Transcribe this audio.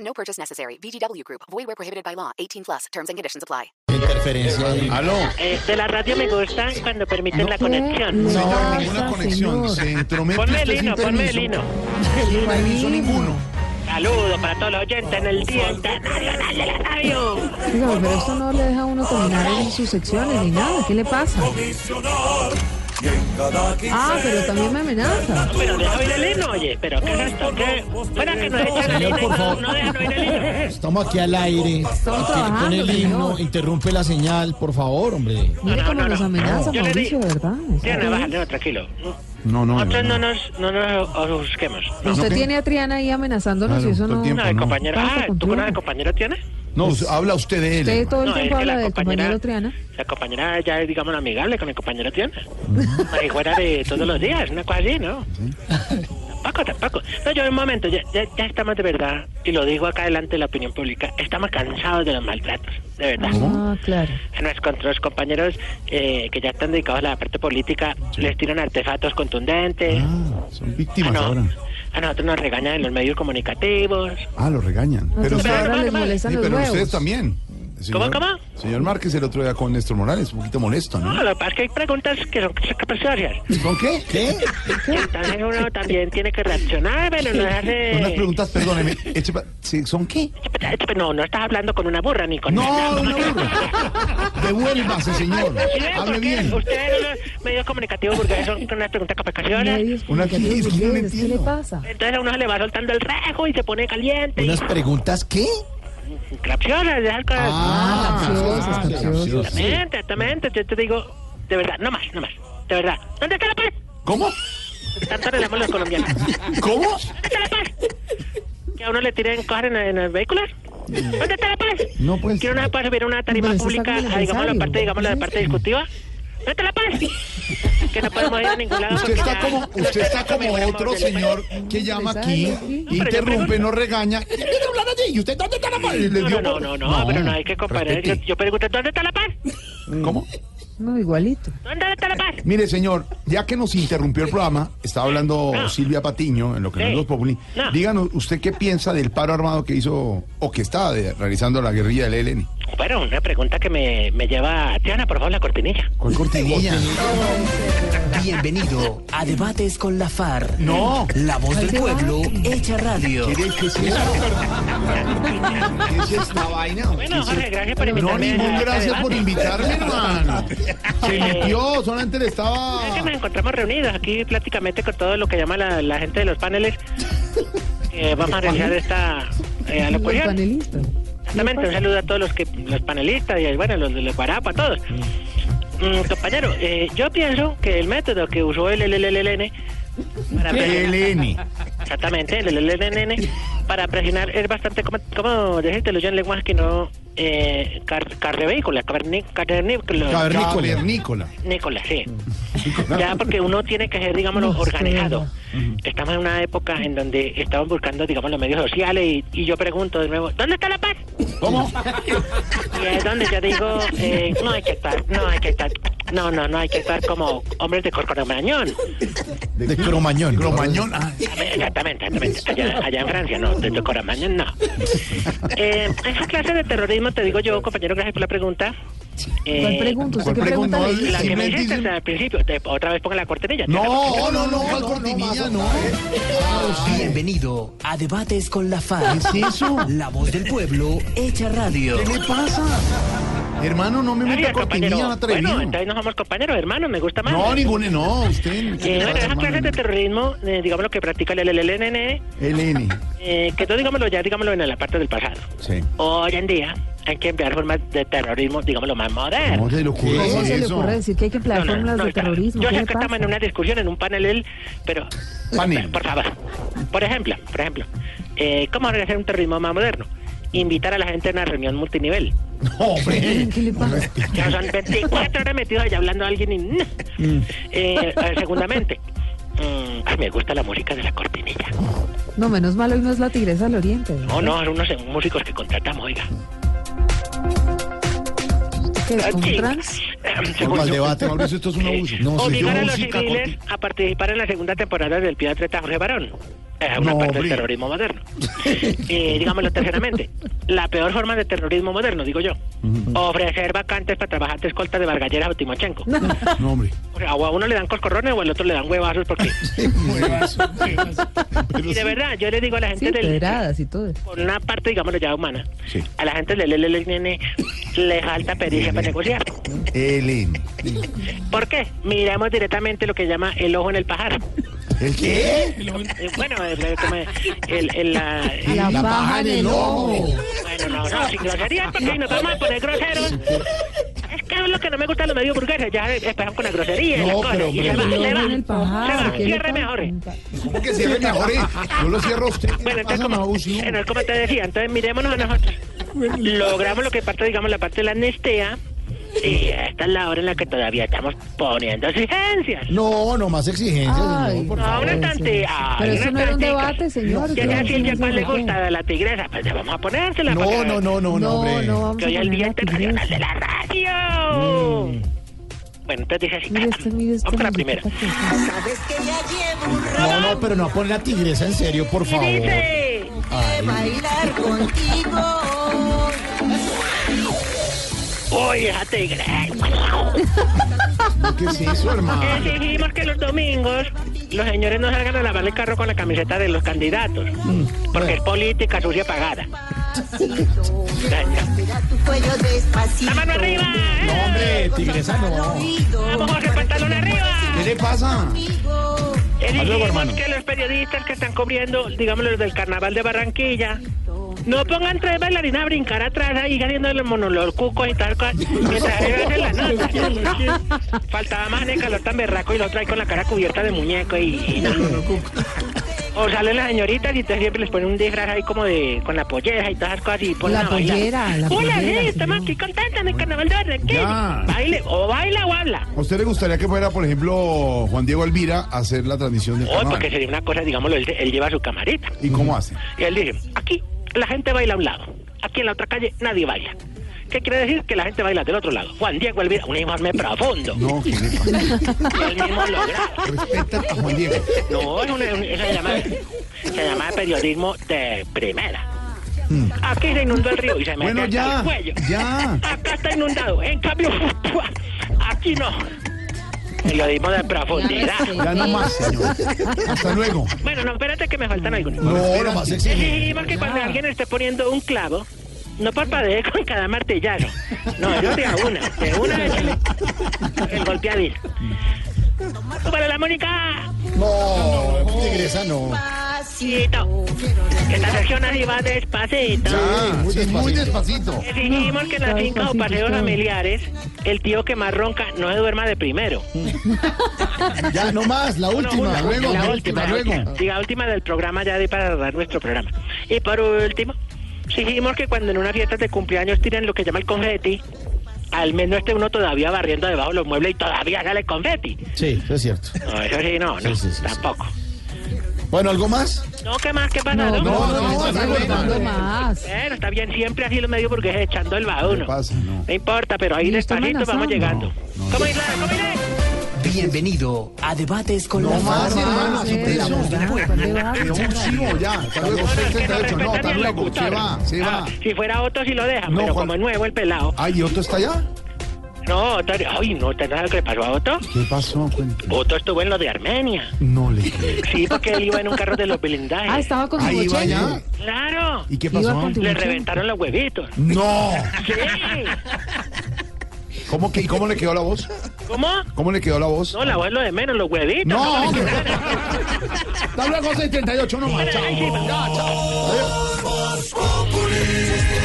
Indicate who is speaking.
Speaker 1: No purchase necessary. VGW Group. Void where prohibited by law. 18 plus. Terms and conditions apply.
Speaker 2: Interferencia ahí.
Speaker 3: Aló.
Speaker 4: Eh, de la radio me gusta cuando permiten la conexión.
Speaker 3: No, ninguna conexión. Se entromete
Speaker 4: Ponme
Speaker 3: usted
Speaker 4: el
Speaker 3: sin
Speaker 4: hino, ponme el
Speaker 3: permiso.
Speaker 4: hino.
Speaker 3: Sin permiso ninguno.
Speaker 4: Saludos para todos los oyentes en el Día Internacional de la Radio.
Speaker 5: Oiga, pero esto no le deja a uno terminar en sus secciones ni nada. ¿Qué le pasa? Ah, pero también me amenaza.
Speaker 4: Pero deja oír el hino, oye. Pero ¿qué es esto? ¿Qué? Bueno, que nos echan el
Speaker 2: Señor,
Speaker 4: hino y
Speaker 2: por
Speaker 4: no,
Speaker 2: favor.
Speaker 4: no dejan oír el hino.
Speaker 2: Estamos aquí al aire.
Speaker 5: trabajando,
Speaker 2: Pone el himno,
Speaker 5: Ah, señor.
Speaker 2: interrumpe la señal, por favor, hombre.
Speaker 5: Mire cómo nos amenaza,
Speaker 4: Yo le
Speaker 5: Mauricio,
Speaker 4: digo.
Speaker 5: ¿verdad? Este,
Speaker 4: Triana, bájale, no, tranquilo.
Speaker 3: No, no.
Speaker 4: Nosotros no
Speaker 3: no.
Speaker 4: nos, no nos ofusquemos. No,
Speaker 5: Usted
Speaker 3: ¿qué?
Speaker 5: tiene a Triana ahí amenazándonos
Speaker 3: Claro,
Speaker 5: y eso
Speaker 3: todo el
Speaker 5: no...
Speaker 3: tiempo.
Speaker 4: no, el
Speaker 3: no.
Speaker 4: compañero.
Speaker 5: Pasa
Speaker 4: Ah,
Speaker 5: con
Speaker 4: ¿tú conoces al
Speaker 5: Triana.
Speaker 4: compañero Triana?
Speaker 3: No, usted- habla usted de él.
Speaker 5: Usted todo el
Speaker 4: No, es
Speaker 5: tiempo
Speaker 4: que
Speaker 5: habla
Speaker 4: la
Speaker 5: del
Speaker 4: compañera,
Speaker 5: compañero Triana.
Speaker 4: la compañera ya es, digamos, amigable con el compañero Triana. Ahí fuera de todos los días, una cosa así, ¿no? Tampoco, tampoco. No, yo un momento, ya, ya, ya estamos de verdad, y lo digo acá delante de la opinión pública, estamos cansados de los maltratos, de verdad.
Speaker 5: Ah, claro.
Speaker 4: A nuestros compañeros eh, que ya están dedicados a la parte política les tiran artefactos contundentes.
Speaker 3: Ah, son
Speaker 4: a,
Speaker 3: víctimas
Speaker 4: no-
Speaker 3: ahora.
Speaker 4: a nosotros nos regañan en los medios comunicativos.
Speaker 3: Ah, lo regañan. Pero,
Speaker 5: Nosotros
Speaker 3: usted-
Speaker 4: sabe-
Speaker 5: ahora les
Speaker 3: sí,
Speaker 5: molestan los
Speaker 3: pero ustedes
Speaker 5: huevos.
Speaker 3: también. Señor-
Speaker 4: ¿Cómo, cómo? Ah.
Speaker 3: Señor Márquez, el otro día con Néstor Morales, un poquito molesto, ¿no?
Speaker 4: No, lo que pasa es que hay preguntas que son capaces
Speaker 3: ¿Con qué? ¿Qué?
Speaker 4: Entonces uno también tiene que reaccionar, pero no
Speaker 3: Unas
Speaker 4: hace...
Speaker 3: preguntas, perdóneme. eche pa- sí, ¿Son qué?
Speaker 4: No, no estás hablando con una burra ni con
Speaker 3: No, una burra. Devuélvase, señor.
Speaker 4: Sí, ¿ves?
Speaker 3: Hable
Speaker 4: ¿Por qué?
Speaker 3: bien.
Speaker 4: Ustedes son los medios comunicativos burgueses son con unas preguntas capaces
Speaker 5: Medios
Speaker 3: Una crisis,
Speaker 5: comunicativos
Speaker 3: yo no
Speaker 5: burgueses, ¿Qué le
Speaker 3: entiendo.
Speaker 5: pasa?
Speaker 4: Entonces a uno se le va soltando el rejo y se pone caliente.
Speaker 2: ¿Unas preguntas qué?
Speaker 4: Y capciona, esas cosas.
Speaker 2: Ah,
Speaker 5: Capciosas,
Speaker 2: ah,
Speaker 5: capciosas.
Speaker 2: capciosas.
Speaker 4: Exactamente, exactamente. Yo te digo, de verdad, no más, no más. De verdad. ¿Dónde está la paz?
Speaker 3: ¿Cómo?
Speaker 4: Tanto relamos los colombianos. ¿Dónde
Speaker 3: ¿Cómo?
Speaker 4: está la paz? Que a uno le tiren cosas en, en los vehículos. ¿Dónde está la paz?
Speaker 3: No, pues.
Speaker 4: Quiero una paz, subir una tarima
Speaker 5: Pero eso
Speaker 4: pública,
Speaker 5: está bien
Speaker 4: a, digamos, la
Speaker 5: necesario.
Speaker 4: parte, digamos, la parte discutiva. ¿Dónde está la paz? Que no podemos ir a ningún lado.
Speaker 3: Usted
Speaker 4: porque
Speaker 3: está
Speaker 4: ya-
Speaker 3: como, usted está como otro señor que llama aquí, interrumpe, no regaña. ¿Qué tiene que hablar allí? ¿Y usted dónde está la paz? Y le
Speaker 4: No,
Speaker 3: dio
Speaker 4: no, no,
Speaker 3: por-
Speaker 4: no, no, pero no hay que comparar. Yo,
Speaker 3: respete.
Speaker 4: yo pregunto, ¿dónde está la paz?
Speaker 3: ¿Cómo?
Speaker 5: No, igualito.
Speaker 4: ¿Dónde está la paz?
Speaker 3: Mire, señor, ya que nos interrumpió el programa, estaba hablando
Speaker 4: No.
Speaker 3: Silvia Patiño en lo que no es
Speaker 4: Sí.
Speaker 3: los Populi.
Speaker 4: No.
Speaker 3: Díganos, ¿usted qué piensa del paro armado que hizo o que está de- realizando la guerrilla del ELN?
Speaker 4: Bueno, una pregunta que me, me lleva. Tiana, por favor, la cortinilla.
Speaker 3: ¿Cuál cortinilla?
Speaker 6: Bienvenido a Debates con la FARC.
Speaker 3: No.
Speaker 6: La voz del pueblo, hecha radio.
Speaker 3: ¿Qué es eso? ¿Qué es esta vaina?
Speaker 4: Bueno, Jorge, gracias por
Speaker 3: No,
Speaker 4: invitarme.
Speaker 3: ningún
Speaker 4: a este
Speaker 3: gracias por
Speaker 4: debate.
Speaker 3: invitarme, hermano. Se metió, solamente le
Speaker 4: Es que
Speaker 3: estaba...
Speaker 4: nos encontramos reunidos aquí prácticamente con todo lo que llama la, la gente de los paneles. Eh, vamos a realizar esta eh,
Speaker 5: Los
Speaker 4: alocución.
Speaker 5: panelistas.
Speaker 4: Exactamente, un saludo a todos los que los panelistas y bueno, los de los Guarapa, a todos. Mm, compañero, eh, yo pienso que el método que usó el LLLN para presionar,
Speaker 3: ELN.
Speaker 4: exactamente, el LLLN para presionar es bastante, como, como decírtelo yo en lenguaje que no, eh, car, carrevícola, caverní- cavernícola.
Speaker 3: Cavernícola.
Speaker 4: Nicolás, sí. Ya porque uno tiene que ser, digámoslo,
Speaker 5: No,
Speaker 4: organizado. Estamos en una época en donde estamos buscando, digamos, los medios sociales y, y yo pregunto de nuevo, ¿dónde está la paz?
Speaker 3: ¿Cómo?
Speaker 4: Y es donde yo digo, eh, no hay que actuar, no hay que actuar, no, no, no hay que actuar como hombres de corcorañón.
Speaker 2: De Cromañón.
Speaker 3: Cromañón. ah.
Speaker 4: Exactamente, exactamente. Allá, allá en Francia, no, de corcorañón no. Eh, esa clase de terrorismo, te digo yo, compañero, gracias por la pregunta. Eh,
Speaker 5: ¿Cuál pregunta? ¿Usted
Speaker 3: ¿cuál
Speaker 5: qué pregunta?
Speaker 3: pregunta?
Speaker 5: le hizo?
Speaker 4: La que me
Speaker 3: Simplemente
Speaker 4: dijiste
Speaker 3: dicen-
Speaker 4: al principio, te- otra vez ponga la cortinilla.
Speaker 3: No, no, no, ¿cuál cortinilla? No.
Speaker 6: Bienvenido a Debates con la FARC. ¿Qué es eso? La voz del pueblo, hecha radio.
Speaker 3: ¿Qué le pasa? Hermano, no me
Speaker 4: Gracias,
Speaker 3: meta cortinilla,
Speaker 4: compañero.
Speaker 3: atrevido.
Speaker 4: Bueno, entonces nos vamos compañeros, hermanos, me gusta más.
Speaker 3: No, ningún, no, usted.
Speaker 4: Eh, bueno, esas clases de terrorismo, eh, digamos lo que practica el LLNN,
Speaker 3: ELN.
Speaker 4: eh, que todo, digámoslo ya, digámoslo en la parte del pasado.
Speaker 3: Sí.
Speaker 4: Hoy en día hay que emplear formas de terrorismo, digámoslo más
Speaker 3: ¿Cómo
Speaker 4: modernas.
Speaker 3: se le ocurre
Speaker 5: ¿Cómo se le
Speaker 3: eso?
Speaker 5: ocurre decir que hay que emplear fórmulas de
Speaker 4: está-
Speaker 5: terrorismo?
Speaker 4: Yo
Speaker 5: ¿Qué
Speaker 4: sé que
Speaker 5: le pasa?
Speaker 4: estamos en una discusión, en un panel, pero...
Speaker 3: Panel.
Speaker 4: Por favor. Por ejemplo, por ejemplo, eh, ¿cómo organizar un terrorismo más moderno? Invitar a la gente a una reunión multinivel.
Speaker 3: hombre.
Speaker 5: ¿Qué le pasa?
Speaker 4: Ya son 24 horas metidos allá hablando a alguien y... nah. Eh, a ver, segundamente, mm, ay, me gusta la música de la cortinilla.
Speaker 5: No, menos mal hoy no es la tigresa del oriente. ¿verdad?
Speaker 4: No, no, son unos músicos que contratamos, oiga.
Speaker 5: ¿Qué es
Speaker 4: Ah,
Speaker 5: con
Speaker 4: sí.
Speaker 5: trans?
Speaker 4: Eh,
Speaker 3: Volva al
Speaker 4: segundo.
Speaker 3: debate, Mauricio, esto es un abuso.
Speaker 2: No, sí,
Speaker 4: Eh, Obligar a los
Speaker 3: música
Speaker 4: civiles a participar en la segunda temporada del Pío Atleta Jorge Barón. Eh, una
Speaker 3: No,
Speaker 4: parte
Speaker 3: hombre.
Speaker 4: del terrorismo moderno. Eh, digámoslo terceramente, la peor forma de terrorismo moderno, digo yo. Ofrecer vacantes para trabajar de escolta de Vargalleras o Timochenko.
Speaker 3: No, hombre.
Speaker 4: O sea, o a uno le dan coscorrones o al otro le dan huevazos porque... y de verdad, yo le digo a la gente
Speaker 5: Sí,
Speaker 4: del...
Speaker 5: pedradas y todo.
Speaker 4: Por una parte, digámoslo ya humana,
Speaker 3: Sí.
Speaker 4: a la gente del LLN le falta pericia para negociar.
Speaker 3: Elen.
Speaker 4: ¿Por qué? Miramos directamente lo que llama el ojo en el pajar.
Speaker 3: ¿El qué?
Speaker 4: Eh, Bueno, el, el- como el- el- el- la...
Speaker 5: La,
Speaker 3: La
Speaker 5: paja en el ojo.
Speaker 4: Bueno, no, no, sin groserías, porque nos vamos a poner groseros. Es que es lo que no me gusta de los medios burgueses, ya empezamos con la grosería y
Speaker 3: No,
Speaker 4: las cosas.
Speaker 3: pero,
Speaker 4: y se
Speaker 3: hombre.
Speaker 4: va,
Speaker 5: El
Speaker 4: se
Speaker 5: ojo
Speaker 4: va,
Speaker 5: en el
Speaker 4: se
Speaker 5: pajar.
Speaker 4: va,
Speaker 5: ¿qué le
Speaker 4: cierre
Speaker 5: pasa?
Speaker 4: mejor.
Speaker 3: ¿Cómo que cierre mejor? eh? Yo lo cierro a usted. ¿Qué
Speaker 4: Bueno,
Speaker 3: le
Speaker 4: entonces,
Speaker 3: pasa,
Speaker 4: como,
Speaker 3: Mauricio?
Speaker 4: bueno, como te decía, entonces mirémonos a nosotros. Logramos lo que parte, digamos, la parte de la amnistía. Y esta es la hora en la que todavía estamos poniendo exigencias.
Speaker 2: No, no más exigencias.
Speaker 5: Ay,
Speaker 2: señor, por
Speaker 4: No,
Speaker 2: favor.
Speaker 4: una tantita.
Speaker 5: Pero eso no era un
Speaker 4: tantica.
Speaker 5: debate, señor.
Speaker 4: Ya
Speaker 5: Pero
Speaker 4: que
Speaker 5: eso
Speaker 4: así el
Speaker 5: no es
Speaker 4: ya cuál le
Speaker 5: debate.
Speaker 4: gusta de la tigresa, pues ya vamos a ponérsela. para
Speaker 2: No,
Speaker 4: que-
Speaker 2: no, no, no, no, hombre.
Speaker 5: no vamos
Speaker 4: Que
Speaker 5: a
Speaker 4: hoy es el
Speaker 5: poner
Speaker 4: Día
Speaker 5: la
Speaker 4: Internacional
Speaker 5: tigresa. Mm.
Speaker 4: de la Radio. Bueno, entonces dice así.
Speaker 5: Mire este, mire este.
Speaker 4: Vamos con la primera.
Speaker 5: muñequito que está.
Speaker 2: No, no, pero no pone la tigresa en serio, por
Speaker 4: Y
Speaker 2: favor.
Speaker 4: dice... Uy, esa tigresa. Eh,
Speaker 3: ¿Qué es eso, hermano?
Speaker 4: Exigimos que los domingos los señores no salgan a lavar el carro con la camiseta de los candidatos.
Speaker 5: Mm,
Speaker 4: Porque es política sucia pagada. ¡La mano arriba! ¡eh!
Speaker 2: No, hombre, tigresa no.
Speaker 4: ¡Vamos, Jorge, pantalón arriba!
Speaker 3: ¿Qué le pasa?
Speaker 4: Exigimos
Speaker 3: luego, hermano.
Speaker 4: que los periodistas que están cubriendo, digamos, los del carnaval de Barranquilla, no pongan tres bailarinas a brincar atrás ahí ganando los monologos cucos y tal cosa, mientras ellos hacen la nota. Faltaba más de calor tan berraco y lo trae con la cara cubierta de muñeco y, y no, no, no. O salen las señoritas y entonces siempre les ponen un disfraz ahí como de con la pollera y todas esas cosas y ponen
Speaker 5: La
Speaker 4: a bailar.
Speaker 5: pollera, la
Speaker 4: Hola,
Speaker 5: pollera,
Speaker 4: sí, estamos
Speaker 5: señor.
Speaker 4: aquí contentos en el carnaval de Barranquilla.
Speaker 3: Ya.
Speaker 4: Baile, o baila o habla.
Speaker 3: ¿A usted le gustaría que fuera, por ejemplo, Juan Diego Alvira a hacer la transmisión del
Speaker 4: Oh, porque
Speaker 3: canal?
Speaker 4: sería una cosa, digámoslo, él, él lleva su camarita.
Speaker 3: ¿Y cómo hace?
Speaker 4: Y él dice, aquí la gente baila a un lado, aquí en la otra calle nadie baila. ¿Qué quiere decir? Que la gente baila del otro lado. Juan Diego Elvira, un informe profundo.
Speaker 3: No, ¿qué le pasa?
Speaker 4: Y él mismo logra.
Speaker 3: Respeta a Juan Diego.
Speaker 4: No, es una- es una- eso se llama, se llama periodismo de primera. Aquí se inundó el río y se me
Speaker 3: Hmm. Bueno, ya,
Speaker 4: el cuello.
Speaker 3: ya.
Speaker 4: Acá está inundado. En cambio, ¡pua! aquí no. Periodismo de profundidad.
Speaker 3: Ya no más, señor. Hasta luego.
Speaker 4: Bueno, no, espérate que me faltan algunos.
Speaker 2: No, no más exigencias.
Speaker 4: Exigimos que cuando alguien esté poniendo un clavo, no parpadee con cada martillazo. No, yo de a una, de una vez el, el golpeadito. ¡Súbale la Mónica!
Speaker 2: No, tigresa no.
Speaker 4: Chito. Que esta sección así va despacito.
Speaker 3: Ya, sí, muy despacito.
Speaker 4: Exigimos que en las
Speaker 5: Está
Speaker 4: fincas o
Speaker 5: despacito,
Speaker 4: paseos
Speaker 5: está bien.
Speaker 4: familiares, el tío que más ronca no se duerma de primero.
Speaker 2: Ya, no más, la
Speaker 4: No,
Speaker 2: última.
Speaker 4: una,
Speaker 2: luego,
Speaker 4: la
Speaker 2: Angélica,
Speaker 4: última, la
Speaker 2: luego.
Speaker 4: última. Y la última del programa ya de para dar nuestro programa. Y por último, exigimos que cuando en una fiesta de cumpleaños tiren lo que llama el confeti, al menos esté uno todavía barriendo debajo de los muebles y todavía sale confeti.
Speaker 2: Sí, eso es cierto.
Speaker 4: No, eso sí, no, no,
Speaker 2: Sí, sí, sí,
Speaker 4: tampoco.
Speaker 2: Bueno, ¿algo más?
Speaker 3: Oh,
Speaker 4: No, ¿qué más? ¿Qué pasa?
Speaker 5: No,
Speaker 3: No,
Speaker 5: no,
Speaker 3: no,
Speaker 5: no,
Speaker 3: está
Speaker 5: está
Speaker 3: bueno,
Speaker 5: guardando
Speaker 3: hombre.
Speaker 5: más.
Speaker 4: Bueno, está bien, siempre así los medios burgueses echando el va uno.
Speaker 3: pasa? No.
Speaker 4: No importa, pero ahí
Speaker 5: Y está
Speaker 4: despacito vamos
Speaker 5: amenazando.
Speaker 4: llegando. ¿Cómo irá? ¿Cómo irá?
Speaker 6: Bienvenido a Debates con la
Speaker 3: más,
Speaker 6: Farra.
Speaker 3: hermano,
Speaker 5: Sí,
Speaker 6: De la
Speaker 3: eso.
Speaker 6: voz del
Speaker 5: ya,
Speaker 6: pueblo.
Speaker 5: ¿cuál le va?
Speaker 3: No, sí, no, ya. Hasta luego.
Speaker 4: Bueno, es que no
Speaker 3: 638. No,
Speaker 4: respetan
Speaker 3: hasta
Speaker 4: ni al
Speaker 3: luego. Se
Speaker 4: locutor.
Speaker 3: va, se
Speaker 4: Ah,
Speaker 3: va.
Speaker 4: Si fuera otro, sí lo dejan,
Speaker 3: No,
Speaker 4: pero
Speaker 3: Juan-
Speaker 4: como es nuevo el pelado.
Speaker 3: Ah, ¿y otro está allá?
Speaker 4: No, Otto, ay, no, ¿te sabes lo que le pasó a Otto?
Speaker 3: ¿Qué pasó? Cuénteme.
Speaker 4: Otto estuvo en lo de Armenia.
Speaker 3: No le creo.
Speaker 4: Sí, porque él iba en un carro de los blindajes.
Speaker 5: Ah, estaba con su
Speaker 3: Ahí va
Speaker 5: bochete.
Speaker 3: ya.
Speaker 2: Ah,
Speaker 4: ¡Claro!
Speaker 3: ¿Y qué
Speaker 5: Iba
Speaker 3: pasó?
Speaker 5: con tu-
Speaker 4: Le reventaron los huevitos.
Speaker 3: No.
Speaker 4: ¡Sí!
Speaker 3: ¿Cómo que, y cómo le quedó la voz?
Speaker 4: ¿Cómo?
Speaker 3: ¿Cómo le quedó la voz?
Speaker 4: No, la voz es lo de menos, los huevitos.
Speaker 3: No,
Speaker 4: ¿Cómo le-
Speaker 3: hombre. Hasta luego, 638. No más. Chao.
Speaker 4: Ay, sí, no, chao.
Speaker 3: Adiós.